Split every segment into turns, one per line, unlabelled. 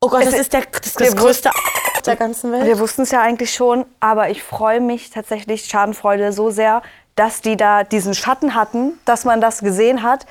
Oh Gott, das
Es-
ist der, das,
wir
das größte der ganzen Welt.
Wir wussten es ja eigentlich schon, aber ich freue mich tatsächlich Schadenfreude so sehr, dass die da diesen Schatten hatten, dass man das gesehen hat.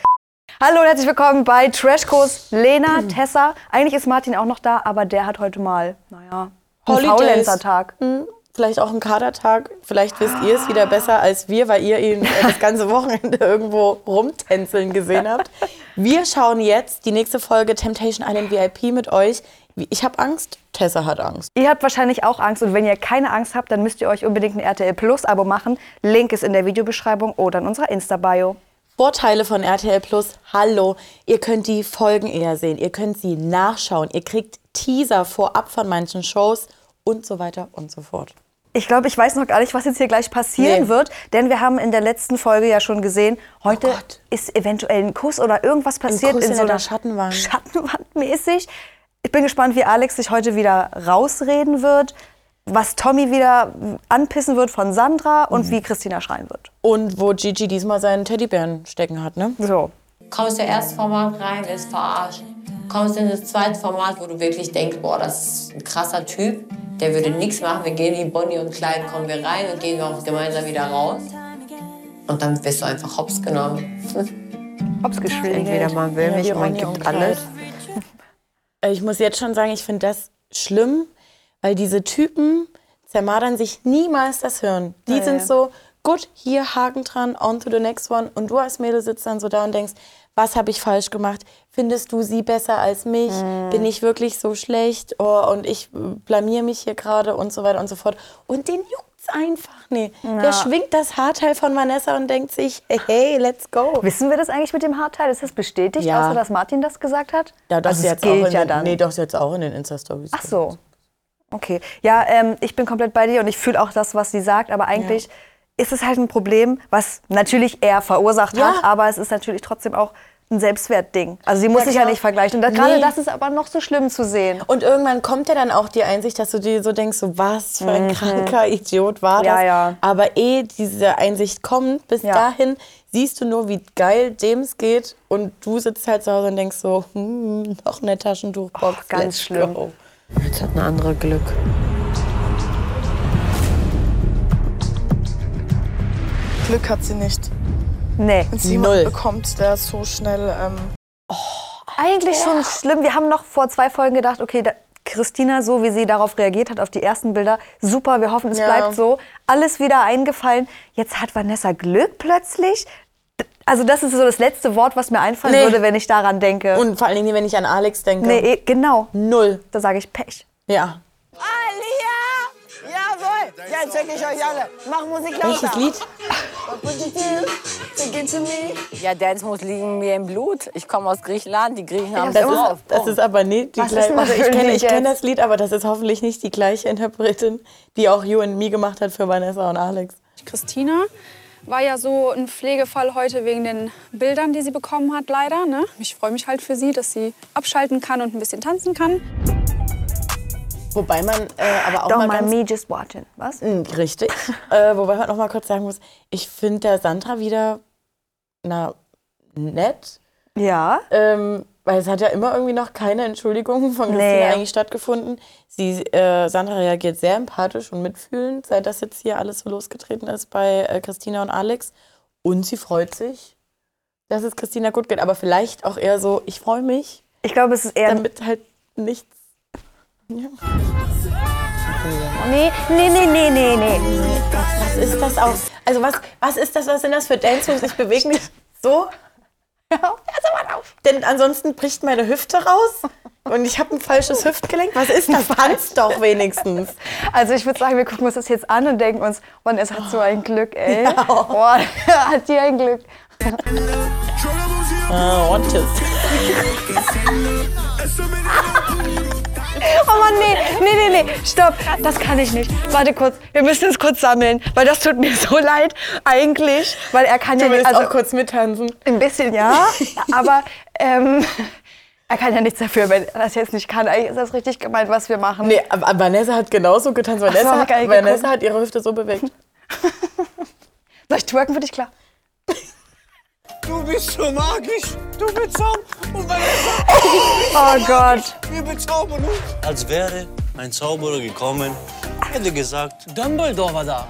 Hallo und herzlich willkommen bei Trashkurs Lena, Tessa. Eigentlich ist Martin auch noch da, aber der hat heute mal, naja, einen
Holidays.
Faulenzer-Tag.
Hm, Vielleicht auch ein Kadertag. Vielleicht wisst ihr es wieder besser als wir, weil ihr ihn äh, das ganze Wochenende irgendwo rumtänzeln gesehen habt. Wir schauen jetzt die nächste Folge Temptation Island VIP mit euch. Wie- Ich habe Angst, Tessa hat Angst.
Ihr habt wahrscheinlich auch Angst und wenn ihr keine Angst habt, dann müsst ihr euch unbedingt ein RTL Plus Abo machen. Link ist in der Videobeschreibung oder in unserer Insta-Bio.
Vorteile von RTL Plus. Hallo, ihr könnt die Folgen eher sehen, ihr könnt sie nachschauen, ihr kriegt Teaser vorab von manchen Shows und so weiter und so fort.
Ich glaube, ich weiß noch gar nicht, was jetzt hier gleich passieren
Nee.
wird, denn wir haben in der letzten Folge ja schon gesehen, heute
Oh Gott.
ist eventuell ein Kuss oder irgendwas passiert
Kuss
in so
hinter
einer
der Schattenwand.
Schattenwand mäßig. Ich bin gespannt, wie Alex sich heute wieder rausreden wird, was Tommy wieder anpissen wird von Sandra
Mhm.
und wie Christina schreien wird.
Und wo Gigi diesmal seinen Teddybären stecken hat, ne?
So.
Kommst du erst Format rein, willst verarscht. Kommst in das zweite Format, wo du wirklich denkst, boah, das ist ein krasser Typ, der würde nichts machen. Wir gehen wie Bonnie und Clyde, kommen wir rein und gehen auch gemeinsam wieder raus. Und dann wirst du einfach hops genommen.
Hops
Entweder
geschwindelt.
man will mich
die
und man
Ronja und
gibt
Klaus.
alles.
Äh, Ich muss jetzt schon sagen, ich finde das schlimm, weil diese Typen zermadern sich niemals das Hirn. Die sind so, gut, hier Haken dran, on to the next one. Und du als Mädel sitzt dann so da und denkst, was habe ich falsch gemacht? Findest du sie besser als mich?
Mm.
Bin ich wirklich so schlecht? Oh, und ich blamier mich hier gerade und so weiter und so fort. Und den juckt's einfach. Nee, der schwingt das Haarteil von Vanessa und denkt sich, hey, let's go.
Wissen wir das eigentlich mit dem Haarteil? Ist das bestätigt,
Ja.
außer dass Martin das gesagt hat?
Ja, das
also
ist
es
jetzt auch
gilt
in
ja
den,
dann.
Nee, doch, ist jetzt auch in den Insta-Stories.
Ach so. Okay. Ja, ähm, ich bin komplett bei dir und ich fühle auch das, was sie sagt, aber eigentlich ist es halt ein Problem, was natürlich er verursacht
Ja.
hat, aber es ist natürlich trotzdem auch ein Selbstwertding. Also sie muss sich ja
klar.
nicht vergleichen. Und da- gerade
Nee.
das ist aber noch so schlimm zu sehen.
Und irgendwann kommt ja dann auch die Einsicht, dass du dir so denkst, so was für ein kranker Idiot war das.
Mhm. Ja, ja.
Aber eh diese Einsicht kommt, bis
Ja.
dahin siehst du nur, wie geil dem es geht und du sitzt halt zu Hause und denkst so, hm, noch eine Taschentuchbox.
Oh, ganz schlimm.
Go.
Jetzt hat eine andere Glück.
Glück hat sie nicht.
Nee.
Wenn sie jemanden
Null.
bekommt, der so schnell. Ähm,
Eigentlich schon schlimm. Wir haben noch vor zwei Folgen gedacht, okay, da, Christina, so wie sie darauf reagiert hat, auf die ersten Bilder, super, wir hoffen, es
Ja.
bleibt so. Alles wieder eingefallen. Jetzt hat Vanessa Glück plötzlich. D- Also das ist so das letzte Wort, was mir einfallen
Nee.
würde, wenn ich daran denke.
Und vor allen Dingen, wenn ich an Alex denke,
nee, eh, genau.
null.
Da sage ich Pech.
Ja.
Alia! Jawohl! Jetzt check ich euch alle. Mach Musik
Welches Lied?
Ja, Dance muss liegen mir im Blut. Ich komme aus Griechenland, die Griechen haben
Das ist, das ist aber nicht die
Was ist
gleiche.
denn das
Also
für
ich
ein
kenne
Lied
ich kenn
jetzt?
das Lied, aber das ist hoffentlich nicht die gleiche Interpretin, die auch You and Me gemacht hat für Vanessa und Alex.
Christina war ja so ein Pflegefall heute wegen den Bildern, die sie bekommen hat, leider. Ne? Ich freue mich halt für sie, dass sie abschalten kann und ein bisschen tanzen kann.
Wobei man äh, aber auch
Doch
mal
mal
ganz
me just watching. Was?
Mm, Richtig. äh, wobei man noch mal kurz sagen muss, ich finde der Sandra wieder, na, nett.
Ja.
Ähm, weil es hat ja immer irgendwie noch keine Entschuldigung von Christina
Nee.
eigentlich stattgefunden. Sie, äh, Sandra reagiert sehr empathisch und mitfühlend, seit das jetzt hier alles so losgetreten ist bei äh, Christina und Alex. Und sie freut sich, dass es Christina gut geht. Aber vielleicht auch eher so, ich freue mich,
Ich glaube, es ist eher
damit halt nichts. Ja.
Nee, nee, nee, nee, nee, nee.
Was ist das auch? Also was, was ist das, was sind das für Dance Moves? Ich bewege mich so. Denn ansonsten bricht meine Hüfte raus und ich habe ein falsches Hüftgelenk. Was ist das? Tanz doch wenigstens.
Also ich würde sagen, wir gucken uns das jetzt an und denken uns, Mann, es hat so ein Glück, ey.
Oh. Ja.
Boah, hat die ein Glück.
Ah, Otis.
Oh Mann, nee, nee, nee, nee, stopp, das kann ich nicht. Warte kurz, wir müssen es kurz sammeln, weil das tut mir so leid, eigentlich, weil er kann ja
Du
nicht,
willst
also
auch kurz mittanzen.
ein bisschen ja, aber ähm, er kann ja nichts dafür, wenn er das jetzt nicht kann. Eigentlich ist das richtig gemeint, was wir machen.
Nee, aber Vanessa hat genauso getanzt.
Vanessa-
Vanessa,
Vanessa
Vanessa hat ihre Hüfte so bewegt.
Soll ich twerken für dich, klar?
Du bist so magisch. Du bist so. Und bei mir
Oh Gott.
wir bezaubern uns.
Als wäre ein Zauberer gekommen, hätte gesagt
Dumbledore war da.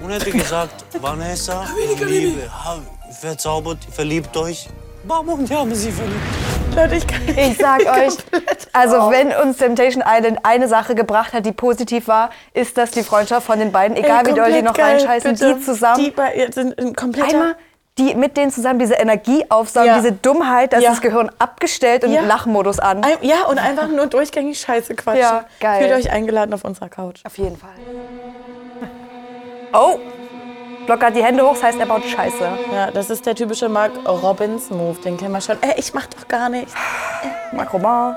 und hätte gesagt, Vanessa, Liebe, ha- verzaubert, verliebt euch.
Bam und die haben sie verliebt.
Leute, ich kann Oh,
Ich sag euch, also wenn uns Temptation Island eine Sache gebracht hat, die positiv war, ist das die Freundschaft von den beiden. Egal wie doll die noch reinscheißen, die zusammen.
Die bei, ja, sind ein kompletter.
Einmal die mit denen zusammen diese Energie aufsaugen,
Ja.
diese Dummheit, dass
Ja.
das Gehirn abgestellt und
Ja.
Lachmodus an.
Ein, ja, und einfach nur durchgängig Scheiße quatschen.
Ja, geil.
Fühlt euch eingeladen auf unserer Couch.
Auf jeden Fall. Oh! Block hat die Hände hoch, das heißt, er baut Scheiße.
Ja, das ist der typische Mark Robbins Move. Den kennen wir schon. Ey, ich mach doch gar nichts. Äh,
Makroman.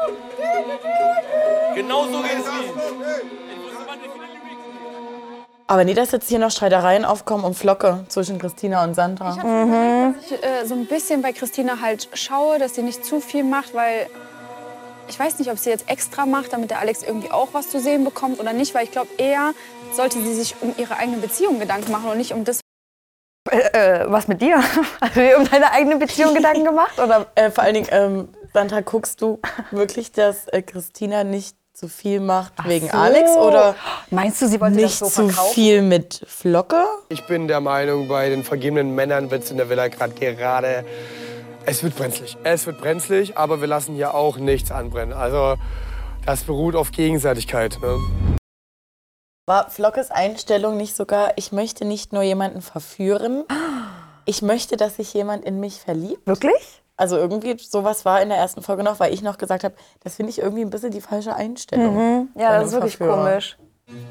Aber nee, dass jetzt hier noch Streitereien aufkommen um Flocke zwischen Christina und Sandra.
Ich, äh, so ein bisschen bei Christina halt schaue, dass sie nicht zu viel macht, weil ich weiß nicht, ob sie jetzt extra macht, damit der Alex irgendwie auch was zu sehen bekommt oder nicht, weil ich glaube, eher sollte sie sich um ihre eigene Beziehung Gedanken machen und nicht um das,
Äh, was mit dir? Hast du dir um deine eigene Beziehung Gedanken gemacht? Oder?
Äh, vor allen Dingen, ähm, Sandra, guckst du wirklich, dass äh, Christina nicht zu viel macht wegen
So.
Alex oder
Meinst du, sie wollte
nicht
das so
zu
verkaufen?
viel mit Flocke?
Ich bin der Meinung, bei den vergebenen Männern wird es in der Villa gerade gerade. Es wird brenzlig. Es wird brenzlig, aber wir lassen hier auch nichts anbrennen. Also, das beruht auf Gegenseitigkeit. Ne?
War Flockes Einstellung nicht sogar, ich möchte nicht nur jemanden verführen, ich möchte, dass sich jemand in mich verliebt?
Wirklich?
Also irgendwie sowas war in der ersten Folge noch, weil ich noch gesagt habe, das finde ich irgendwie ein bisschen die falsche Einstellung.
Ja,
von
das ist
einem
wirklich
Verführer.
komisch.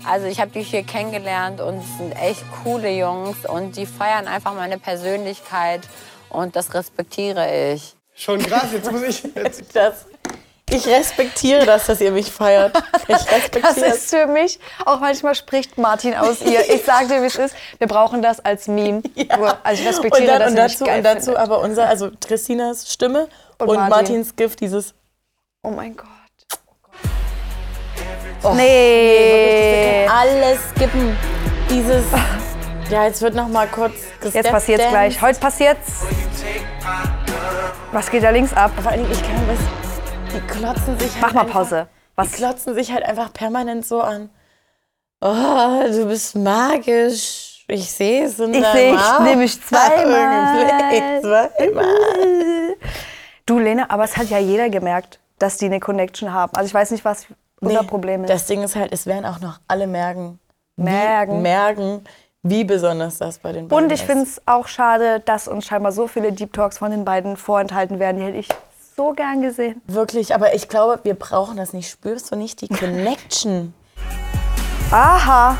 Also ich habe die hier kennengelernt und es sind echt coole Jungs und die feiern einfach meine Persönlichkeit und das respektiere ich.
Schon krass, jetzt muss ich. Jetzt.
Das, ich respektiere das, dass ihr mich feiert. Ich
Das
respektiere es.
ist für mich, auch manchmal spricht Martin aus ihr. Ich sag dir, wie es ist. Wir brauchen das als Meme. Also ich respektiere
und dann,
das
und dazu,
geil
und dazu
findet.
aber unser, also Christinas Stimme und,
Martin.
Martins Gift, dieses
Oh mein Gott.
Oh,
Oh. nee.
alles skippen, dieses, ja, jetzt wird noch mal kurz
Jetzt
gesteppt
passiert's
dance.
gleich. Heute passiert's. Was geht da links ab?
Vor allem, ich kann was, die klotzen sich halt
Mach mal
einfach-
Pause.
Die
Was?
klotzen sich halt einfach permanent so an. Oh, du bist magisch. Ich sehe es in
Ich
deinem
sehe ich
Auge.
nämlich zweimal.
Zweimal.
Du, Lena, aber es hat ja jeder gemerkt, dass die eine Connection haben. Also ich weiß nicht, was unser
Nee,
Problem ist.
Das Ding ist halt, es werden auch noch alle merken,
Merken.
merken wie besonders das bei den beiden
Und ich
ist.
finde es auch schade, dass uns scheinbar so viele Deep Talks von den beiden vorenthalten werden. Die hätte ich so gern gesehen.
Wirklich, aber ich glaube, wir brauchen das nicht. Spürst du nicht die Connection?
Aha.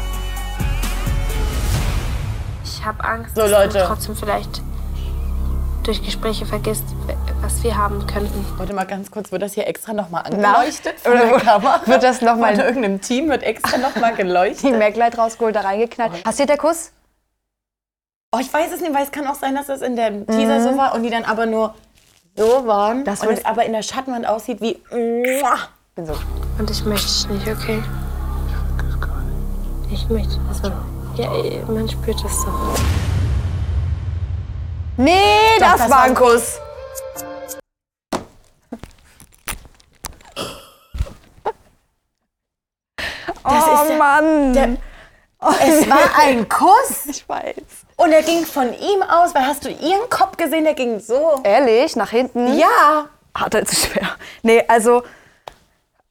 Ich habe Angst,
So,
dass
Leute.
du trotzdem vielleicht durch Gespräche vergisst, was wir haben könnten.
Warte mal ganz kurz, wird das hier extra nochmal angeleuchtet? von der Kamera?
Wird das
Von
nochmal
irgendeinem Team wird extra nochmal geleuchtet?
die Maglite rausgeholt, da reingeknallt? Passiert der Kuss?
Oh, ich weiß es nicht, weil es kann auch sein, dass das in der Teaser so war und die dann aber nur so waren
Das
und
wird-
es aber in der Schattenwand aussieht wie
Und ich möchte es nicht, okay? Ich möchte. Also, ja, man spürt das doch.
Nee, das,
das
war
war
ein
ein
Kuss.
Das
oh
ist der-
Mann. Oh.
der- Es war ein Kuss
ich weiß.
und er ging von ihm aus, weil hast du ihren Kopf gesehen, der ging so.
Ehrlich, nach hinten?
Ja.
Hat er zu schwer. Nee, also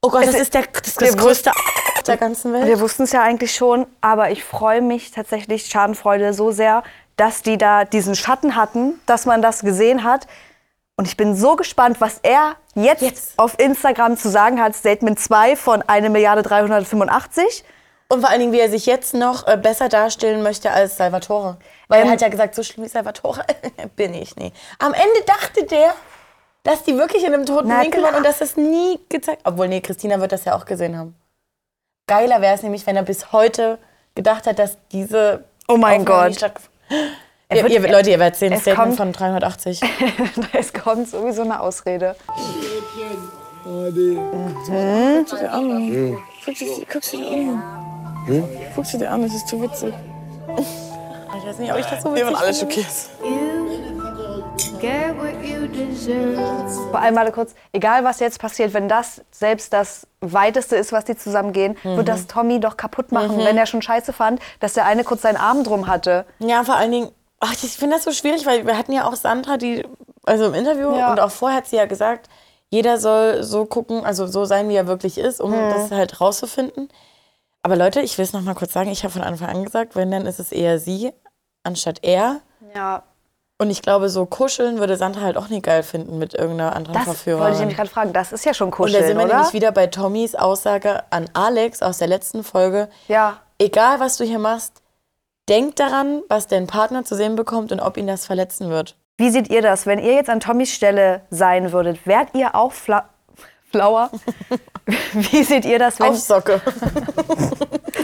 Oh Gott,
Es
das
ist-
ist der, das, ist
wir
das größte der ganzen Welt.
wir wussten es ja eigentlich schon, aber ich freue mich tatsächlich Schadenfreude so sehr, dass die da diesen Schatten hatten, dass man das gesehen hat. Und ich bin so gespannt, was er jetzt,
Jetzt.
auf Instagram zu sagen hat. Statement 2 von 1 Milliarde 385.
Und vor allen Dingen, wie er sich jetzt noch äh, besser darstellen möchte als Salvatore. Weil
Ähm,
er hat ja gesagt, so schlimm wie Salvatore bin ich nie. Am Ende dachte der, dass die wirklich in einem toten
Na
Winkel
klar.
waren und dass das nie gezeigt Obwohl, nee, Christina wird das ja auch gesehen haben. Geiler wäre es nämlich, wenn er bis heute gedacht hat, dass diese.
Oh mein
Aufnahme
Gott.
nicht stattgefunden- Ihr,
wird-
ihr, Leute, ihr werdet sehen,
es
Statement
kommt-
von 380.
es kommt sowieso eine Ausrede.
Guckst du, guckst du dir an? Guckst du dir an, es ist zu witzig.
Ich weiß nicht, ob ich das so
Wir waren
witzig
alle
finde.
schockiert.
Vor allem, warte kurz, egal was jetzt passiert, wenn das selbst das Weiteste ist, was die zusammengehen,
Mhm.
wird das Tommy doch kaputt machen,
Mhm.
wenn er schon scheiße fand, dass der eine kurz seinen Arm drum hatte.
Ja, vor allen Dingen, ach, ich finde das so schwierig, weil wir hatten ja auch Sandra, die, also im Interview
Ja.
und auch vorher hat sie ja gesagt, jeder soll so gucken, also so sein, wie er wirklich ist, um
Mhm.
das halt rauszufinden. Aber Leute, ich will es nochmal kurz sagen, ich habe von Anfang an gesagt, wenn, dann ist es eher sie anstatt er.
Ja.
Und ich glaube, so kuscheln würde Sandra halt auch nicht geil finden mit irgendeiner anderen
Das
Verführerin.
wollte ich nämlich gerade fragen. Das ist ja schon
Und
kuscheln,
da sind wir
oder?
nämlich wieder bei Tommys Aussage an Alex aus der letzten Folge.
Ja.
Egal, was du hier machst, denk daran, was dein Partner zu sehen bekommt und ob ihn das verletzen wird.
Wie seht ihr das? Wenn ihr jetzt an Tommys Stelle sein würdet, wärt ihr auch fla flauer? Wie seht ihr das, wenn...
Auf Socke.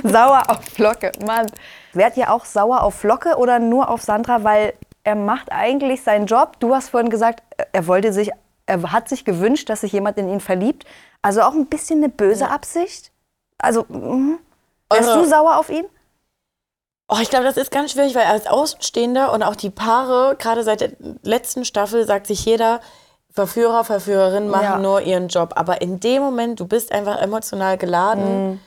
sauer auf Flocke, Mann. Wärt ihr auch sauer auf Flocke oder nur auf Sandra? Weil er macht eigentlich seinen Job. Du hast vorhin gesagt, er wollte sich... Er hat sich gewünscht, dass sich jemand in ihn verliebt. Also auch ein bisschen eine böse Absicht. Also, mhm. wärst
Eure-
du sauer auf ihn?
Oh, ich glaube, das ist ganz schwierig, weil als Außenstehender und auch die Paare, gerade seit der letzten Staffel, sagt sich jeder, Verführer, Verführerin machen
Ja.
nur ihren Job. Aber in dem Moment, du bist einfach emotional geladen.
Mhm.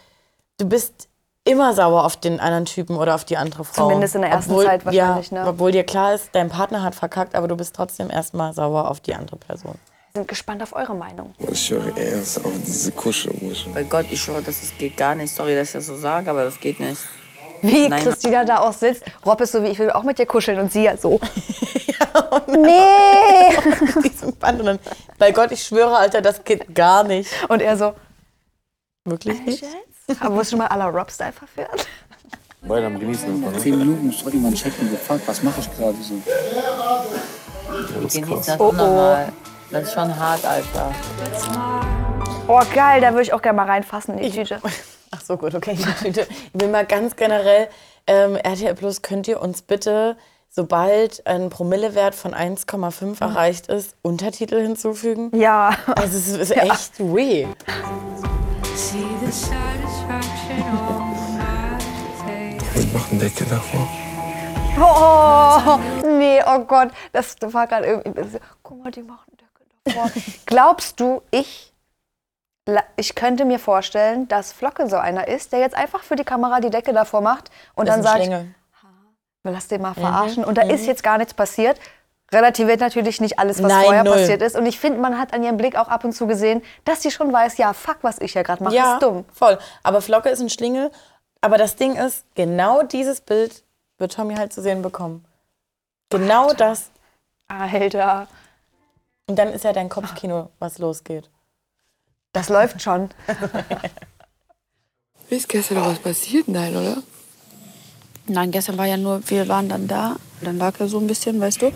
Du bist immer sauer auf den anderen Typen oder auf die andere Frau.
Zumindest in der ersten Zeit wahrscheinlich,
ja,
ne?
Obwohl dir klar ist, dein Partner hat verkackt, aber du bist trotzdem erstmal sauer auf die andere Person.
Wir sind gespannt auf eure Meinung.
Ich höre erst auf diese Kuschelmuschel.
Bei Gott, ich schwöre, das ist- geht gar nicht. Sorry, dass ich das so sage, aber das geht nicht.
Wie
Nein.
Christina da auch sitzt. Rob ist so wie, ich will auch mit dir kuscheln und sie ja so. nee!
diesem Band und dann, bei Gott, ich schwöre, Alter, das geht gar nicht.
Und er so,
wirklich nicht?
Aber wurdest du schon mal à la Rob-Style verführt?
Beide am Genießen. Zehn Minuten, sorry, man checkt und fuck, was mache ich gerade so?
Genieß das
Oh, oh.
unnormal. Das ist schon hart, Alter.
Oh, geil, da würde ich auch gerne mal reinfassen in die
Ich-
Tüte.
Ach so, gut, okay. Tüte. Ich will mal ganz generell, ähm, RTL Plus, könnt ihr uns bitte, sobald ein Promillewert von
Ah.
1,5 erreicht ist, Untertitel hinzufügen?
Ja.
Also es ist echt weh.
Ich mach eine Decke davor.
Oh, nee, oh Gott, das war gerade irgendwie. Guck mal, die machen Decke davor. Glaubst du, ich, la- ich könnte mir vorstellen, dass Flocke so einer ist, der jetzt einfach für die Kamera die Decke davor macht und
Das
dann
ist ein
sagt,
Schlingel.
"Wir lass den mal
Mhm,
verarschen. Und da ist
mhm.
jetzt gar nichts passiert. Relativiert natürlich nicht alles, was
Nein,
vorher
null.
passiert ist. Und ich finde, man hat an ihrem Blick auch ab und zu gesehen, dass sie schon weiß, ja, fuck, was ich hier gerade mache,
ja,
ist dumm.
voll. Aber Flocke ist ein Schlingel. Aber das Ding ist, genau dieses Bild wird Tommy halt zu sehen bekommen. Genau das.
Alter.
Und dann ist ja dein Kopfkino, was losgeht.
Das läuft schon.
Wie ist gestern noch was passiert? Nein, oder?
Nein, gestern war ja nur, wir waren dann da. Dann lag er so ein bisschen, weißt du.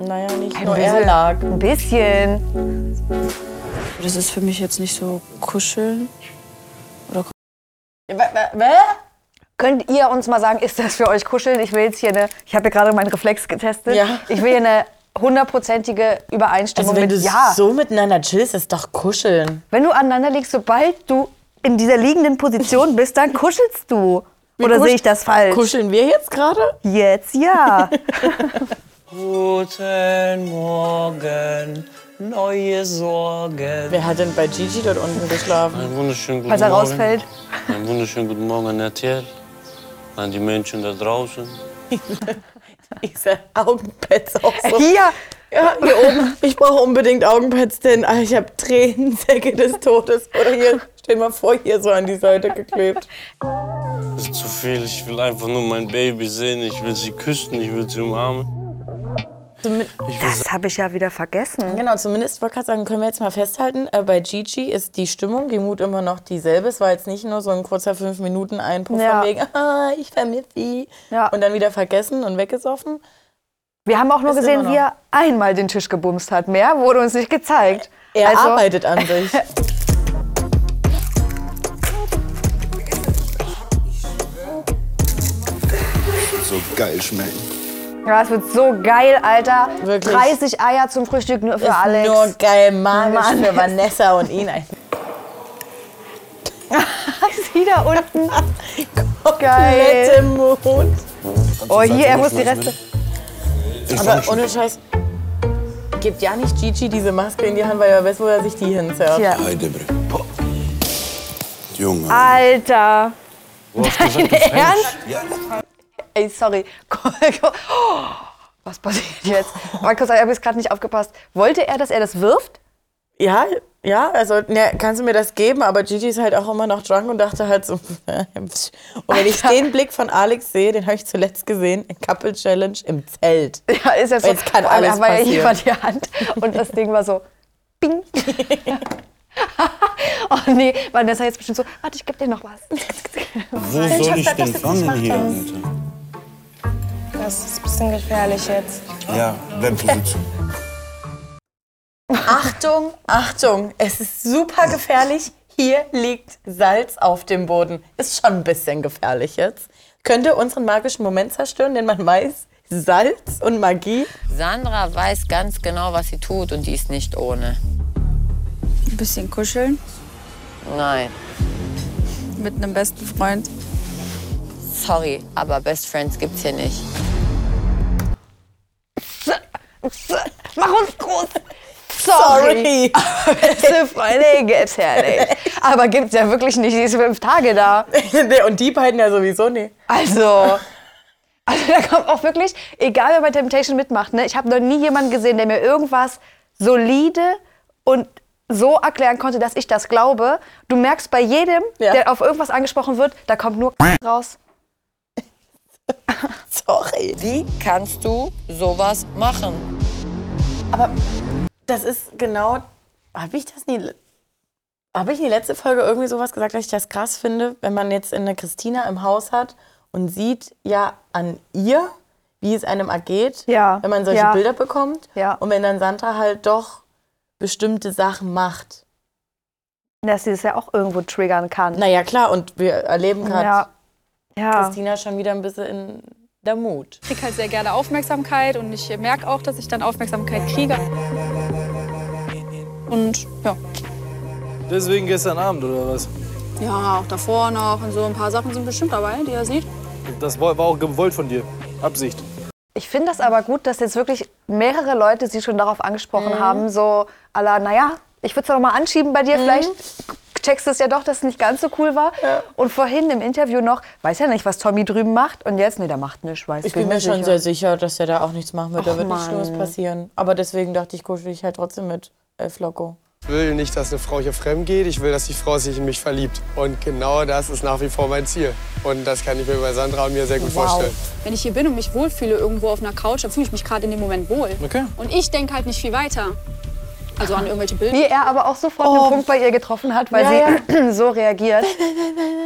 Naja, nicht
Ein
nur
bisschen.
er lag.
Ein bisschen.
Das ist für mich jetzt nicht so kuscheln. Oder
Könnt ihr uns mal sagen, ist das für euch kuscheln? Ich will jetzt hier eine, ich habe ja gerade meinen Reflex getestet.
Ja.
Ich will hier eine hundertprozentige Übereinstimmung
Also wenn du
mit Ja.
so miteinander chillst, ist doch kuscheln.
wenn du aneinander liegst, sobald du in dieser liegenden Position bist, dann kuschelst du. Oder
kusch-
sehe ich das falsch?
Kuscheln wir jetzt gerade?
Jetzt ja.
Guten Morgen, neue Sorgen.
Wer hat denn bei Gigi dort unten geschlafen?
Einen wunderschönen guten
Falls er
Morgen.
rausfällt.
Einen wunderschönen guten Morgen, RTL. An die Menschen da draußen.
Diese Augenpads auch so.
Hier!
Ja, hier oben. Ich brauche unbedingt Augenpads, denn ah, ich habe Tränensäcke des Todes. Oder hier, stell mal vor, hier so an die Seite geklebt.
Das ist zu viel. Ich will einfach nur mein Baby sehen. Ich will sie küssen. Ich will sie umarmen.
Das habe ich ja wieder vergessen.
Genau, zumindest wollte ich gerade sagen, können wir jetzt mal festhalten, äh, bei Gigi ist die Stimmung, die Mut immer noch dieselbe. Es war jetzt nicht nur so ein kurzer 5 Minuten Einpuff
Ja.
von wegen, ah, ich vermisse sie. Und dann wieder vergessen und weggesoffen.
Wir haben auch nur
Ist immer
gesehen,
noch.
wie er einmal den Tisch gebumst hat. Mehr wurde uns nicht gezeigt. Also,
Er arbeitet an sich.
So geil schmecken.
Ja, es wird so geil, Alter.
Wirklich.
30 Eier zum Frühstück nur für
ist
Alex.
nur geil, magisch
Mann.
für Vanessa und ihn. Ein
Sie da unten. Geil.
Mond.
Oh, hier, er muss die Reste.
Ich Aber ohne Scheiß, gibt ja nicht Gigi diese Maske in die Hand, weil er weiß, wo er sich die hinzerrt.
Ja.
Hi, Debre. Boah. Junge.
Alter.
Wo hast du
Dein
gesagt, du fängst?
Ernst?
Ja.
Ey, sorry. Oh, Was passiert jetzt? Markus, ich habe jetzt gerade nicht aufgepasst. Wollte er, dass er das wirft?
Ja, ja, also ne, kannst du mir das geben, aber Gigi ist halt auch immer noch drunk und dachte halt so. und wenn ich den Blick von Alex sehe, den habe ich zuletzt gesehen, in Couple Challenge im Zelt.
Ja, ist jetzt
Jetzt kann alles
Aber er hielt mal
passieren.
die Hand und das Ding war so, bing. oh nee, man, das war jetzt bestimmt so, warte, ich geb dir noch was.
Wo soll ich denn fangen hier, Alter?
Das ist ein bisschen gefährlich jetzt.
Ja, Webposition.
Achtung, Achtung, es ist super gefährlich. Hier liegt Salz auf dem Boden. Ist schon ein bisschen gefährlich jetzt. Könnte unseren magischen Moment zerstören, denn man weiß, Salz und Magie.
Sandra weiß ganz genau, was sie tut und die ist nicht ohne.
Ein bisschen kuscheln
Nein.
mit einem besten Freund.
Sorry, aber Best Friends gibt's hier nicht.
Mach uns groß. Sorry.
Sorry.
Beste Freunde gibt's ja nicht. Aber gibt's ja wirklich nicht, die ist fünf Tage da.
Nee, und die beiden ja sowieso nie.
Also, also da kommt auch wirklich, egal wer bei Temptation mitmacht, ne, ich habe noch nie jemanden gesehen, der mir irgendwas solide und so erklären konnte, dass ich das glaube. Du merkst bei jedem, der auf irgendwas angesprochen wird, da kommt nur raus.
Sorry.
Wie kannst du sowas machen?
Aber das ist genau. Habe ich das nie. Habe ich in der letzten Folge irgendwie sowas gesagt, dass ich das krass finde, wenn man jetzt eine Christina im Haus hat und sieht ja an ihr, wie es einem ergeht, wenn man solche
ja.
Bilder bekommt.
Ja.
Und wenn dann Sandra halt doch bestimmte Sachen macht.
Dass sie das ja auch irgendwo triggern kann.
Naja, klar, und wir erleben gerade
Ja. Ja.
Christina schon wieder ein bisschen in der Mut.
Ich kriege halt sehr gerne Aufmerksamkeit und ich merke auch, dass ich dann Aufmerksamkeit kriege. Und ja.
Deswegen gestern Abend, oder was?
Ja, auch davor noch und so. Ein paar Sachen sind bestimmt dabei, die er sieht.
Das war war auch gewollt von dir. Absicht.
Ich finde das aber gut, dass jetzt wirklich mehrere Leute sie schon darauf angesprochen
Mhm.
haben, so à la, naja, ich würde es doch mal anschieben bei
Mhm.
dir, vielleicht checkst du es ja doch, dass es nicht ganz so cool war. Und vorhin im Interview noch, weiß ja nicht, was Tommy drüben macht und jetzt, nee, der macht nichts, weiß
Ich bin mir schon sehr sicher, dass er da auch nichts machen wird. Da
Och,
wird nichts Schlimmes
Mann.
passieren. Aber deswegen dachte ich, kuschel ich halt trotzdem mit äh, Flocko.
Ich will nicht, dass eine Frau hier fremd geht. Ich will, dass die Frau sich in mich verliebt. Und genau das ist nach wie vor mein Ziel. Und das kann ich mir bei Sandra und mir sehr gut vorstellen.
Wenn ich hier bin und mich wohlfühle irgendwo auf einer Couch, dann fühle ich mich gerade in dem Moment wohl.
Okay.
Und ich denke halt nicht viel weiter. Also an irgendwelche Bilder.
Wie er aber auch sofort
Oh.
einen Punkt bei ihr getroffen hat, weil
Ja,
sie so reagiert.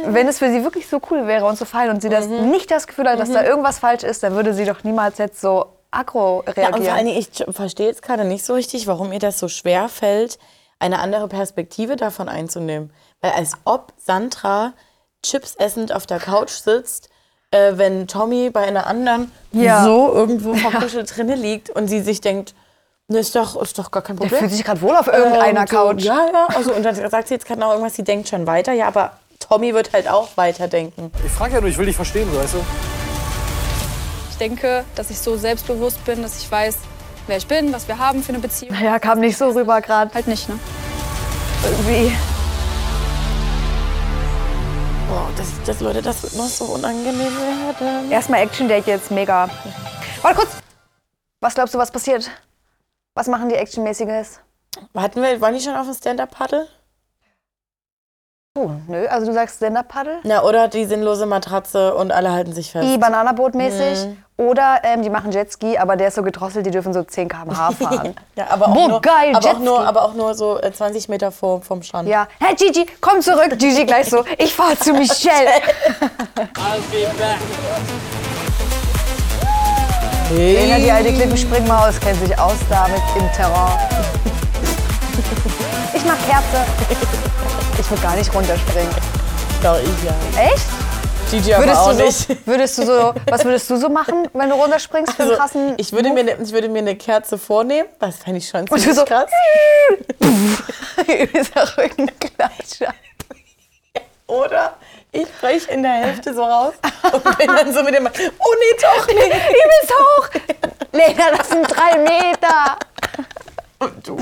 Wenn es für sie wirklich so cool wäre und so fein und sie das nicht das Gefühl hat, dass
Mhm.
da irgendwas falsch ist, dann würde sie doch niemals jetzt so aggro
Ja,
reagieren.
und vor allen Dingen, ich verstehe jetzt gerade nicht so richtig, warum ihr das so schwer fällt, eine andere Perspektive davon einzunehmen. Weil als ob Sandra Chips essend auf der Couch sitzt, äh, wenn Tommy bei einer anderen
Ja.
so irgendwo verkuschelt drinne liegt und sie sich denkt, ne, ist doch, ist doch gar kein Problem.
fühlt sich grad wohl auf irgendeiner
Äh, Ähm, so,
Couch.
Ja, ja. Also, und dann sagt sie jetzt gerade noch irgendwas, sie denkt schon weiter. Ja, aber Tommy wird halt auch weiterdenken.
Ich frage ja nur, ich will dich verstehen, weißt du?
Ich denke, dass ich so selbstbewusst bin, dass ich weiß, wer ich bin, was wir haben für eine Beziehung.
Ja, kam nicht so rüber gerade.
Halt nicht, ne?
Irgendwie.
Boah, das, das, Leute, das wird noch so unangenehm werden.
Erstmal Action Date jetzt, mega. Warte kurz. Was glaubst du, was passiert? Was machen die Actionmäßiges?
Hatten wir, waren die schon auf dem Stand-Up-Paddle?
Oh, nö, also du sagst Stand-Up-Paddle?
Na, oder die sinnlose Matratze und alle halten sich fest.
I, Bananaboot-mäßig.
Mhm.
Oder ähm, die machen Jetski, aber der ist so gedrosselt, die dürfen so 10 km/h fahren.
ja, aber auch,
Boah,
nur,
geil,
aber, auch
Jetski.
nur, aber auch nur so äh, 20 Meter vor, vom Strand.
Ja. Hey, Gigi, komm zurück. Gigi gleich so. Ich fahr zu Michelle.
Hey.
Lena, die alte Klippenspringmaus, kennt sich aus damit im Terrain. Ich mach Kerze. Ich will gar nicht runterspringen.
Doch, ich ja.
Echt?
Gigi aber auch
du so,
nicht.
würdest du so, was würdest du so machen, wenn du runterspringst für einen
Also,
krassen
ich, würde mir ne, ich würde mir eine Kerze vornehmen, das fände ich schon
du
ziemlich
so-
krass.
Dieser Rückenklatscher.
Oder ich breche in der Hüfte so raus und bin dann so mit dem, oh nee, doch nicht.
Ich will's hoch. Lena, das sind drei Meter. Und du?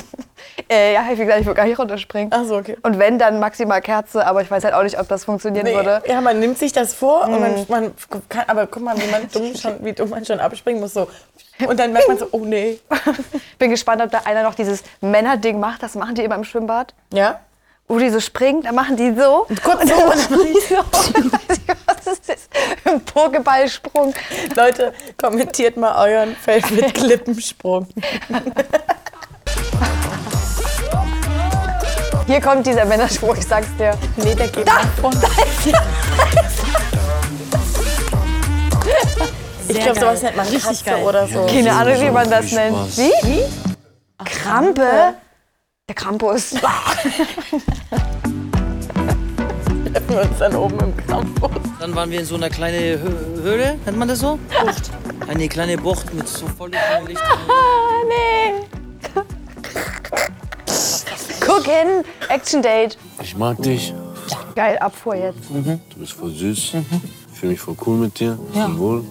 Äh, ja, wie gesagt, ich würde gar nicht runterspringen.
Ach so, okay.
Und wenn, dann maximal Kerze, aber ich weiß halt auch nicht, ob das funktionieren
Nee.
würde.
Ja, man nimmt sich das vor und man,
Mhm.
man kann, aber guck mal, wie, man dumm schon, wie dumm man schon abspringen muss. So. Und dann merkt man so, oh nee.
Bin gespannt, ob da einer noch dieses Männerding macht. Das machen die immer im Schwimmbad.
Ja?
Wo die so springen, dann machen die so.
kurz
und
so,
dann
oder
machen die so. Ich weiß nicht, was das ist. Ein Pokéballsprung.
Leute, kommentiert mal euren Feldwitt-Klippensprung.
Hier kommt dieser Männerspruch, ich sag's dir.
Nee, der geht
da!
Ich glaube, sowas nennt man richtig geil. oder so.
Keine Ahnung, wie man das
Spaß.
nennt. Wie? Wie? Krampe? Der Krampus.
Treffen wir uns dann oben im Campus.
Dann waren wir in so einer kleinen Hö- Höhle, nennt man das so? Bucht. Eine kleine Bucht mit so voll Licht.
nee. Guck hin, Action Date.
Ich mag dich.
Geil, Abfuhr jetzt.
Du bist voll süß. Ich fühle mich voll cool mit dir.
Ja.
Voll wohl.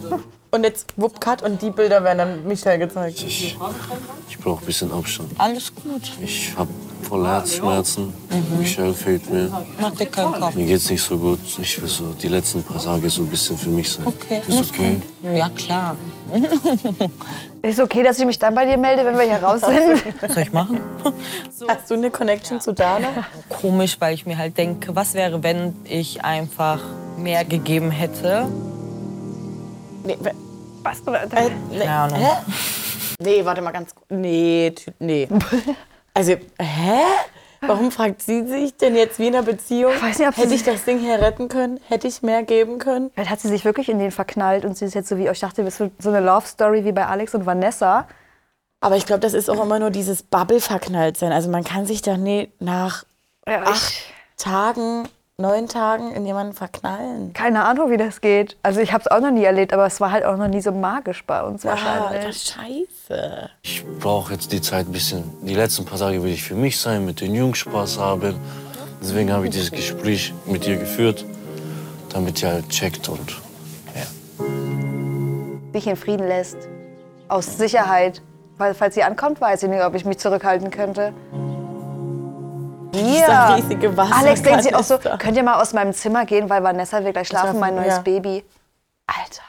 Und jetzt wupp, cut und die Bilder werden dann Michael gezeigt.
Ich brauche ein bisschen Abstand.
Alles gut.
Ich habe voll Herzschmerzen. Michelle fehlt mir.
Mhm. Mach dir keinen Kopf.
Mir geht's nicht so gut. Ich will so die letzten paar Tage so ein bisschen für mich sein.
Okay.
Ist okay.
Ja, klar.
Ist okay, dass ich mich dann bei dir melde, wenn wir hier raus sind?
Was soll ich machen?
Hast du eine Connection zu Dana?
Komisch, weil ich mir halt denke, was wäre, wenn ich einfach mehr gegeben hätte?
Nee, we-
was oder? nee.
Keine Ahnung. Hä? Nee, warte mal ganz kurz. Nee, Ty- nee. Also, hä? Warum fragt sie sich denn jetzt wie in einer Beziehung?
Weiß nicht, ob sie
Hätte ich
sich-
das Ding hier retten können? Hätte ich mehr geben können?
Vielleicht hat sie sich wirklich in den verknallt und sie ist jetzt so wie, oh, ich dachte, das wird so eine Love Story wie bei Alex und Vanessa.
Aber ich glaube, das ist auch immer nur dieses Bubble-Verknalltsein. Also man kann sich da nie nach acht Tagen, neun Tagen in jemanden verknallen.
Keine Ahnung, wie das geht. Also ich habe es auch noch nie erlebt, aber es war halt auch noch nie so magisch bei uns
Ah,
wahrscheinlich.
scheiße.
Ich brauche jetzt die Zeit ein bisschen. Die letzten paar Tage will ich für mich sein, mit den Jungs Spaß haben. Deswegen habe ich dieses Gespräch mit ihr geführt, damit ihr halt checkt und
Dich in Frieden lässt. Aus Sicherheit. Weil falls sie ankommt, weiß ich nicht, ob ich mich zurückhalten könnte.
Dieser
Ja.
riesige Wasser
Alex denkt sich auch so, könnt ihr mal aus meinem Zimmer gehen, weil Vanessa will gleich schlafen, mein neues
ja.
Baby. Alter.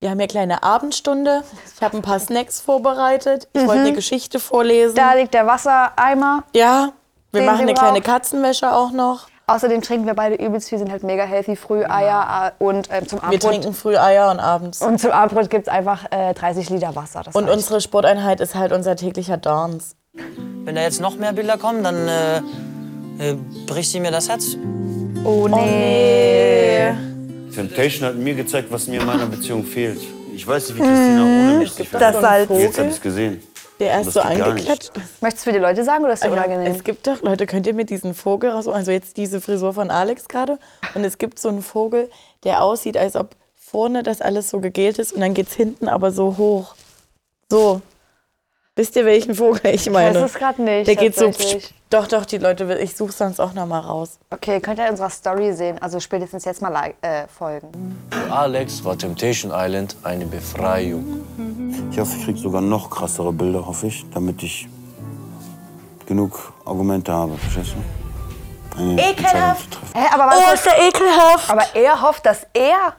Wir haben hier kleine Abendstunde. Ich habe ein paar Snacks vorbereitet. Ich
Mhm.
wollte eine Geschichte vorlesen.
Da liegt der Wassereimer.
Ja, wir
Den
machen
sie
eine kleine
braucht.
Katzenwäsche auch noch.
Außerdem trinken wir beide übelst viel, sind halt mega healthy, früh Eier äh, und ähm, zum
Wir
Abendbrot.
trinken früh Eier und abends.
Und zum Abendbrot gibt es einfach äh, 30 Liter Wasser. Das
Und
reicht.
unsere Sporteinheit ist halt unser täglicher Dance.
Wenn da jetzt noch mehr Bilder kommen, dann äh, äh, bricht sie mir das Herz.
Oh nee.
Temptation hat mir gezeigt, was mir in meiner Beziehung fehlt. Ich weiß nicht, wie Christina ohne mich sich
das als Vogel?
Jetzt habe ich es gesehen.
Der erst
Das
so
geht gar
angeklatscht ist.
Möchtest du für die Leute sagen oder ist dir
Ah ja,
unangenehm?
Es gibt doch, Leute, könnt ihr mir diesen Vogel raussuchen? Also jetzt diese Frisur von Alex gerade. Und es gibt so einen Vogel, der aussieht, als ob vorne das alles so gegelt ist und dann geht's hinten aber so hoch. So. Wisst ihr, welchen Vogel ich meine?
es gerade nicht,
Der geht so.
tatsächlich.
Doch, doch, die Leute, will- ich suche sonst auch noch mal raus.
Okay, könnt ihr in unserer Story sehen, also spätestens jetzt mal like, äh, folgen.
Für Alex war Temptation Island eine Befreiung.
Ich hoffe, ich kriege sogar noch krassere Bilder, hoffe ich, damit ich genug Argumente habe, verstehst du? Eine Entscheidung zu treffen.
Hä, aber oh, ist
der ekelhaft.
Aber er hofft, dass er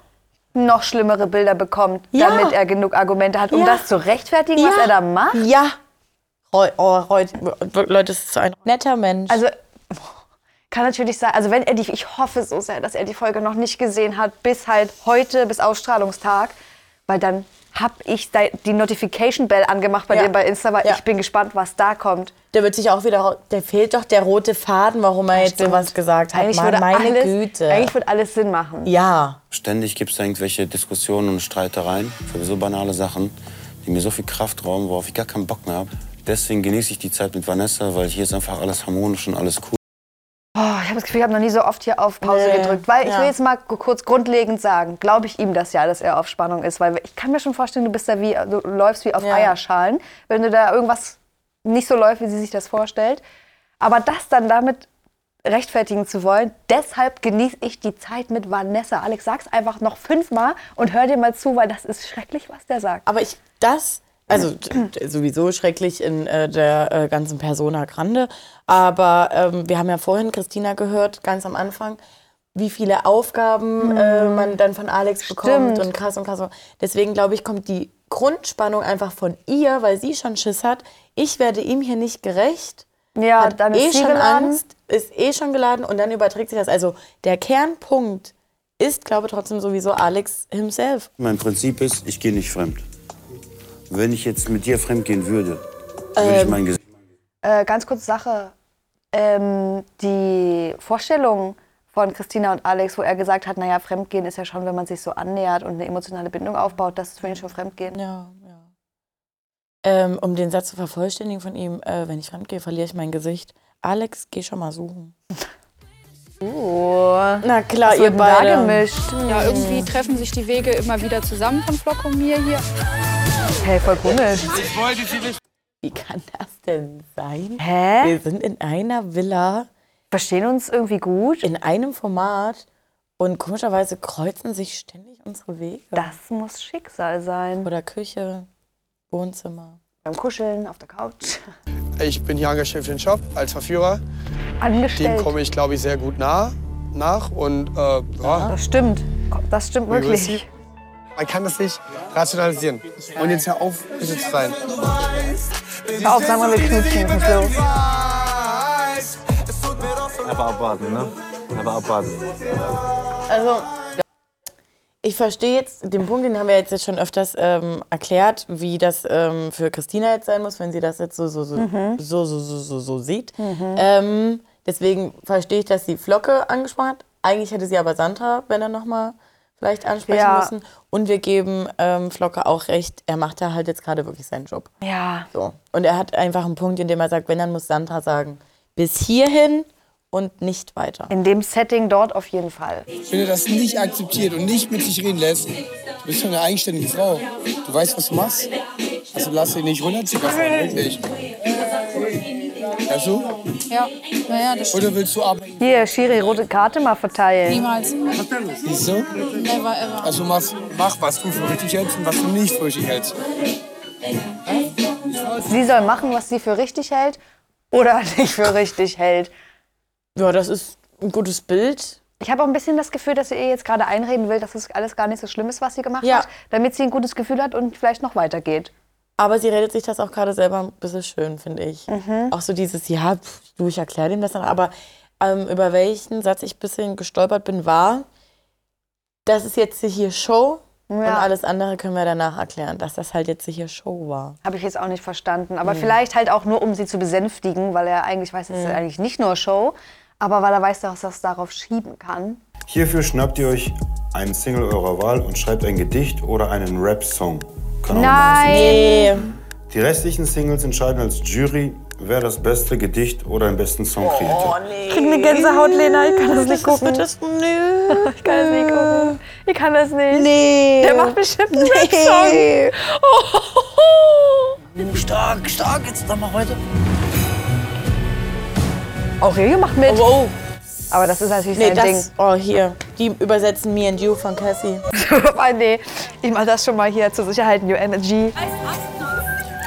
noch schlimmere Bilder bekommt,
Ja.
damit er genug Argumente hat, um
Ja.
das zu rechtfertigen, was
Ja.
er da macht.
Ja. Roy, oh, Roy, Leute, das ist so ein netter Mensch.
Also kann natürlich sein, also wenn er die, ich hoffe so sehr, dass er die Folge noch nicht gesehen hat, bis halt heute, bis Ausstrahlungstag, weil dann habe ich da die Notification Bell angemacht bei
Ja.
dir bei Insta, weil
Ja.
ich bin gespannt, was da kommt.
Der wird sich auch wieder, rau- der fehlt doch der rote Faden, warum er jetzt sowas gesagt hat.
Eigentlich
Mann,
würde
meine
alles,
Güte.
Eigentlich würde alles Sinn machen.
ja.
Ständig gibt es irgendwelche Diskussionen und Streitereien für so banale Sachen, die mir so viel Kraft rauben, worauf ich gar keinen Bock mehr habe. Deswegen genieße ich die Zeit mit Vanessa, weil hier ist einfach alles harmonisch und alles cool.
Oh, ich habe das Gefühl, ich habe noch nie so oft hier auf Pause
Nee,
gedrückt. Weil ich
ja.
will jetzt mal gu- kurz grundlegend sagen, glaube ich ihm das ja, dass er auf Spannung ist. Weil ich kann mir schon vorstellen, du bist da wie, du läufst wie auf Eierschalen, wenn du da irgendwas nicht so läuft, wie sie sich das vorstellt. Aber das dann damit rechtfertigen zu wollen, deshalb genieße ich die Zeit mit Vanessa. Alex, sag's einfach noch fünfmal und hör dir mal zu, weil das ist schrecklich, was der sagt.
Aber ich, das Also t- sowieso schrecklich in äh, der äh, ganzen Persona Grande. Aber ähm, wir haben ja vorhin Christina gehört, ganz am Anfang, wie viele Aufgaben äh, man dann von Alex bekommt
Hm. Stimmt.
und krass und krass. Deswegen glaube ich, kommt die Grundspannung einfach von ihr, weil sie schon Schiss hat. Ich werde ihm hier nicht gerecht.
Ja,
hat
dann ist
eh
sie
schon
geladen.
Angst, ist eh schon geladen und dann überträgt sich das. Also der Kernpunkt ist, glaube ich, trotzdem sowieso Alex himself.
Mein Prinzip ist, ich gehe nicht fremd. Wenn ich jetzt mit dir fremd gehen würde, würde ich
Ähm.
mein Gesicht.
Äh, ganz kurze Sache. Ähm, die Vorstellung von Christina und Alex, wo er gesagt hat, naja, Fremdgehen ist ja schon, wenn man sich so annähert und eine emotionale Bindung aufbaut, das ist für ihn schon Fremdgehen.
Ja, ja. Ähm, um den Satz zu vervollständigen von ihm, äh, wenn ich fremdgehe, verliere ich mein Gesicht. Alex, geh schon mal suchen. Na klar,
Oh. Was
ihr
wird denn da
beide.
gemischt? Ja, irgendwie treffen sich die Wege immer wieder zusammen von Flocko und mir hier.
Hey, voll komisch.
Ich wollte sie nicht. Wie kann das denn sein?
Hä?
Wir sind in einer Villa.
Verstehen uns irgendwie gut?
In einem Format. Und komischerweise kreuzen sich ständig unsere Wege.
Das muss Schicksal sein.
Oder Küche, Wohnzimmer.
Beim Kuscheln, auf der Couch.
Ich bin hier engagiert für den Shop als Verführer.
Angestellt.
Dem komme ich, glaube ich, sehr gut nah, nach. Und, äh, ja.
Das stimmt. Das stimmt wirklich.
Man kann das nicht rationalisieren. Und jetzt hör auf, bitte zu sein.
Hör auf, sag mal, wir knutschen. ich muss los.
Einfach abwarten, ne? Einfach abwarten.
Also, ich verstehe jetzt den Punkt, den haben wir jetzt, jetzt schon öfters ähm, erklärt, wie das ähm, für Christina jetzt sein muss, wenn sie das jetzt so, so, so,
Mhm.
so, so, so, so, so sieht.
Mhm.
Ähm, deswegen verstehe ich, dass sie Flocke angesprochen hat. Eigentlich hätte sie aber Sandra, wenn er nochmal vielleicht ansprechen
Ja.
müssen. Und wir geben ähm, Flocke auch recht, er macht da halt jetzt gerade wirklich seinen Job.
Ja.
So. Und er hat einfach einen Punkt, in dem er sagt, wenn, dann muss Sandra sagen, bis hierhin und nicht weiter.
In dem Setting dort auf jeden Fall.
Wenn du das nicht akzeptiert und nicht mit sich reden lässt, du bist doch eine eigenständige Frau. Du weißt, was du machst. Also lass dich nicht runterziehen, wirklich. Weißt du?
Ja, naja, das
Oder willst du ab?
Hier, Shiri, rote Karte mal verteilen.
Niemals.
Siehst du?
Never ever.
Also mach, mach, was du für richtig hältst und was du nicht für richtig hältst.
Sie soll machen, was sie für richtig hält oder nicht für richtig hält.
Ja, das ist ein gutes Bild.
Ich habe auch ein bisschen das Gefühl, dass sie ihr jetzt gerade einreden will, dass es alles gar nicht so schlimm ist, was sie gemacht hat, damit sie ein gutes Gefühl hat und vielleicht noch weitergeht.
Aber sie redet sich das auch gerade selber ein bisschen schön, finde ich.
Mhm.
Auch so dieses, ja, pf, du, ich erkläre dem das dann. Aber ähm, über welchen Satz ich ein bisschen gestolpert bin, war, das ist jetzt hier Show und
Ja.
alles andere können wir danach erklären, dass das halt jetzt hier Show war.
Habe ich jetzt auch nicht verstanden. Aber
Mhm.
vielleicht halt auch nur, um sie zu besänftigen, weil er eigentlich weiß, es ist
Mhm.
eigentlich nicht nur Show, aber weil er weiß, dass er es darauf schieben kann.
Hierfür schnappt ihr euch einen Single eurer Wahl und schreibt ein Gedicht oder einen Rap-Song. Kann auch
Nein. Nee.
sein. Die restlichen Singles entscheiden als Jury, wer das beste Gedicht oder den besten Song kreiert.
nee.
Ich krieg eine Gänsehaut, Lena. Ich kann das nicht gucken.
Das, nö.
Ich kann das nicht gucken. Ich kann das nicht.
Nee.
Der macht bestimmt einen Song.
Nee.
Oh.
Stark, stark, jetzt dann mach weiter.
Auch Rio macht mit.
Wow.
Aber das ist natürlich
Nee,
sein
das,
Ding.
oh, hier, die übersetzen Me and You von Cassie.
Ah, nee, ich mach das schon mal hier zur Sicherheit, New Energy.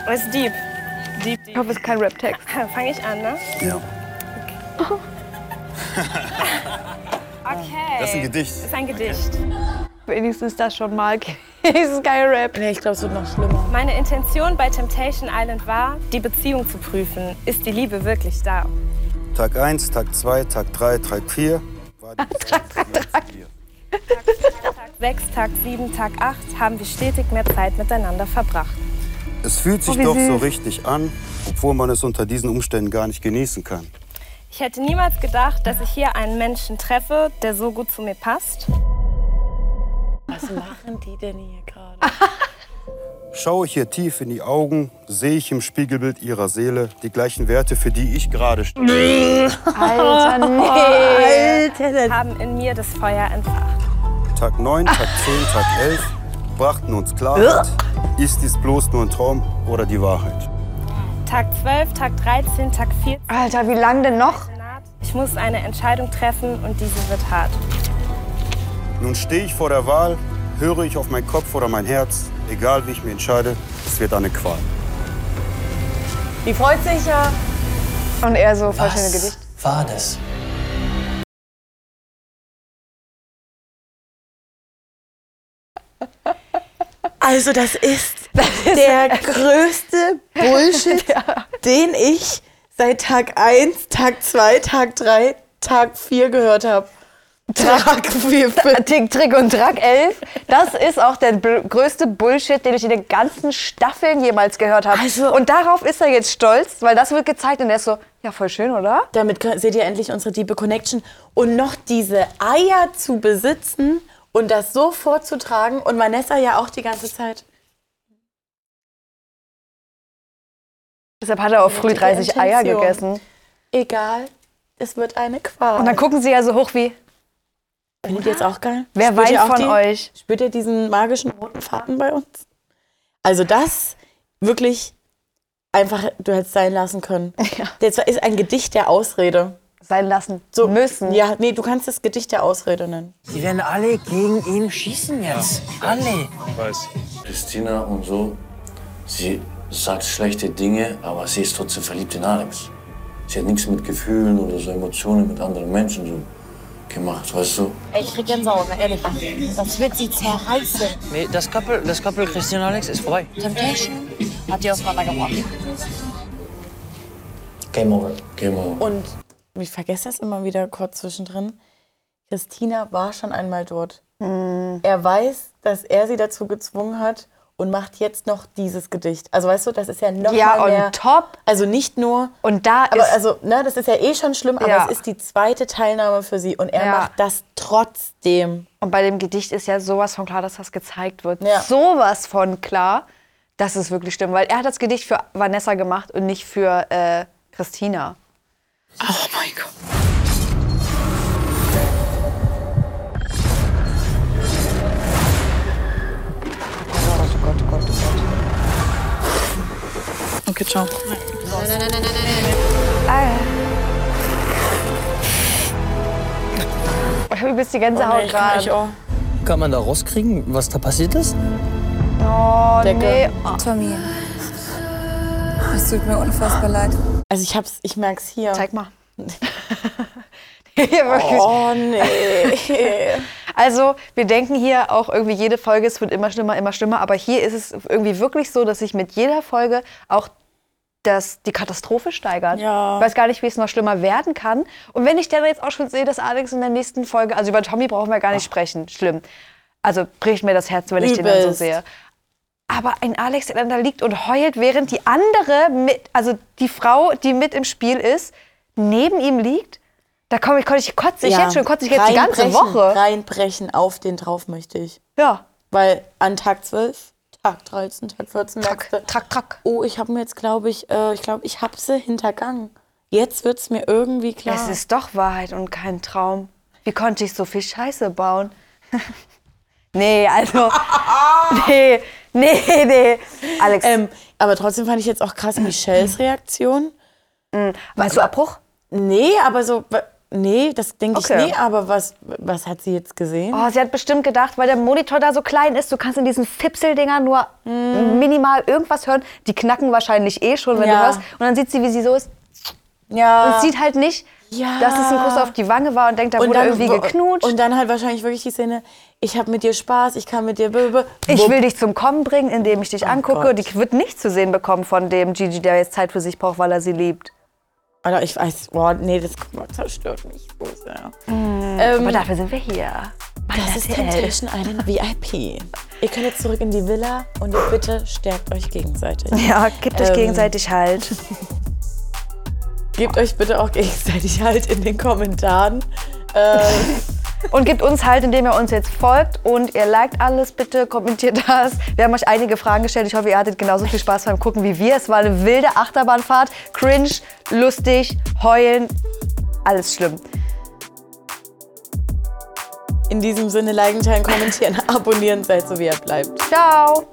Es ist deep. Deep, deep.
Ich hoffe, es ist kein Rap-Text.
Fange ich an, ne?
Ja.
Okay.
Das ist ein Gedicht.
Ist ein Gedicht.
Wenigstens das schon mal. es ist kein Rap.
Nee, ich glaube, es wird noch schlimmer.
Meine Intention bei Temptation Island war, die Beziehung zu prüfen. Ist die Liebe wirklich da?
Tag 1, Tag 2, Tag 3, Tag 4.
Tag 6, Tag 7, Tag 8 haben wir stetig mehr Zeit miteinander verbracht.
Es fühlt sich
Oh, wie
doch so
süß.
richtig an, obwohl man es unter diesen Umständen gar nicht genießen kann.
Ich hätte niemals gedacht, dass ich hier einen Menschen treffe, der so gut zu mir passt.
Was machen die denn hier gerade?
Schaue ich ihr tief in die Augen, sehe ich im Spiegelbild ihrer Seele die gleichen Werte, für die ich gerade stehe.
halt
Alter,
nee.
Haben in mir das Feuer entfacht.
Tag 9, Tag 10, Tag 11 brachten uns Klarheit. Ist dies bloß nur ein Traum oder die Wahrheit?
Tag 12, Tag 13, Tag 14.
Alter, wie lang denn noch?
Ich muss eine Entscheidung treffen und diese wird hart.
Nun stehe ich vor der Wahl, Höre ich auf meinen Kopf oder mein Herz, egal wie ich mich entscheide, es wird eine Qual.
Die freut sich ja. Und er so, voll schöne Gedicht.
war das?
Also das ist der größte Bullshit, den ich seit Tag 1, Tag 2, Tag 3, Tag 4 gehört habe.
Track 4, Tick, Trick und Track 11. Das ist auch der bl- größte Bullshit, den ich in den ganzen Staffeln jemals gehört habe.
Also
und darauf ist er jetzt stolz, weil das wird gezeigt und er ist so, ja, voll schön, oder?
Damit könnt- seht ihr endlich unsere diebe Connection. Und noch diese Eier zu besitzen und das so vorzutragen. Und Vanessa ja auch die ganze Zeit.
Deshalb hat er auch früh
Die
30 Eier
Intention. Ah.
gegessen.
Egal, es wird eine Qual.
Und dann gucken sie ja so hoch wie,
Findet ihr jetzt auch geil?
Wer
Spürt ihr
weint
auch
von euch?
Spürt ihr diesen magischen roten Faden bei uns? Also das wirklich einfach, du hättest sein lassen können. Das ist ein Gedicht der Ausrede.
Sein lassen
so, müssen. Ja, nee, du kannst das Gedicht der Ausrede nennen.
Die werden alle gegen ihn schießen jetzt. Alle.
Weiß. Christina und so, sie sagt schlechte Dinge, aber sie ist trotzdem verliebt in Alex. Sie hat nichts mit Gefühlen oder so Emotionen mit anderen Menschen so gemacht, weißt du?
Ey, Ich krieg Gänsehaut, ne, ehrlich. Das wird sie zerreißen.
Nee, das Couple, das Couple Christian und Alex ist
Oh
vorbei.
Temptation hat die auseinandergebracht.
Game over.
Game over.
Und ich vergesse das immer wieder kurz zwischendrin. Christina war schon einmal dort.
Mhm.
Er weiß, dass er sie dazu gezwungen hat und macht jetzt noch dieses Gedicht. Also weißt du, das ist ja noch
Ja,
mal
on
mehr.
top.
Also nicht nur.
Und da
aber
ist-
also, ne, das ist ja eh schon schlimm, aber
Ja.
es ist die zweite Teilnahme für sie und er
Ja.
macht das trotzdem.
Und bei dem Gedicht ist ja sowas von klar, dass das gezeigt wird.
Ja.
Sowas von klar, dass es wirklich stimmt. Weil er hat das Gedicht für Vanessa gemacht und nicht für äh, Christina.
Oh mein Gott.
Okay, ciao.
Nein, nein, nein, nein, nein, nein.
Ich habe übelst die Gänsehaut gerade. Oh,
Kann man da rauskriegen, was da passiert ist?
nee.
Tommy. Es tut mir unfassbar leid. Also ich hab's, ich merk's hier. Zeig
mal.
oh nee.
Also, wir denken hier auch irgendwie jede Folge, es wird immer schlimmer, immer schlimmer, aber hier ist es irgendwie wirklich so, dass sich mit jeder Folge auch das, die Katastrophe steigert.
Ja.
Ich weiß gar nicht, wie es noch schlimmer werden kann. Und wenn ich dann jetzt auch schon sehe, dass Alex in der nächsten Folge, also über Tommy brauchen wir gar nicht sprechen, schlimm. Also bricht mir das Herz, wenn ich den dann so
Übelst.
sehe. Aber ein Alex, der dann da liegt und heult, während die andere, mit, also die Frau, die mit im Spiel ist, neben ihm liegt, da komme ich, konnte ich kotze ich
Ja.
jetzt schon, kotze ich jetzt die ganze
Reinbrechen,
Woche.
Reinbrechen auf den drauf möchte ich.
Ja.
Weil an Tag 12, Tag 13, Tag 14, track, merkst
track, track.
Oh, ich habe mir jetzt, glaube ich, äh, ich glaube, ich habe sie hintergangen. Jetzt wird es mir irgendwie klar.
Es ist doch Wahrheit und kein Traum. Wie konnte ich so viel Scheiße bauen? nee, also. nee, nee, nee. Alex.
Ähm, aber trotzdem fand ich jetzt auch krass Michelles Reaktion.
Weißt du, Abbruch?
Nee, aber so, wa- nee, das denke
Okay.
ich nee, aber was, was hat sie jetzt gesehen?
Oh, sie hat bestimmt gedacht, weil der Monitor da so klein ist, du kannst in diesen Fipsel-Dinger nur minimal irgendwas hören. Die knacken wahrscheinlich eh schon, wenn du
Mhm. Ja.
hörst. Und dann sieht sie, wie sie so ist.
Ja.
Und sieht halt nicht,
Ja.
dass es ein Kuss auf die Wange war und denkt, da
Und
wurde irgendwie
wo-
geknutscht.
Und dann halt wahrscheinlich wirklich die Szene, ich habe mit dir Spaß, ich kann mit dir... b- b- b-
Ich
wupp.
will dich zum Kommen bringen, indem ich dich angucke. Die wird nicht zu sehen bekommen von dem Gigi, der jetzt Zeit für sich braucht, weil er sie liebt.
Alter, ich weiß, boah, nee, das zerstört mich so sehr.
Ähm, Aber dafür sind wir hier.
Das ist Temptation Island VIP. Ihr könnt jetzt zurück in die Villa und ihr bitte stärkt euch gegenseitig.
Ja, gebt euch gegenseitig halt.
Gebt euch bitte auch gegenseitig halt in den Kommentaren.
Und gebt uns halt, indem ihr uns jetzt folgt und ihr liked alles, bitte kommentiert das. Wir haben euch einige Fragen gestellt. Ich hoffe, ihr hattet genauso viel Spaß beim Gucken wie wir. Es war eine wilde Achterbahnfahrt. Cringe, lustig, heulen, alles schlimm.
In diesem Sinne liken, teilen, kommentieren, abonnieren, seid so wie ihr bleibt.
Ciao!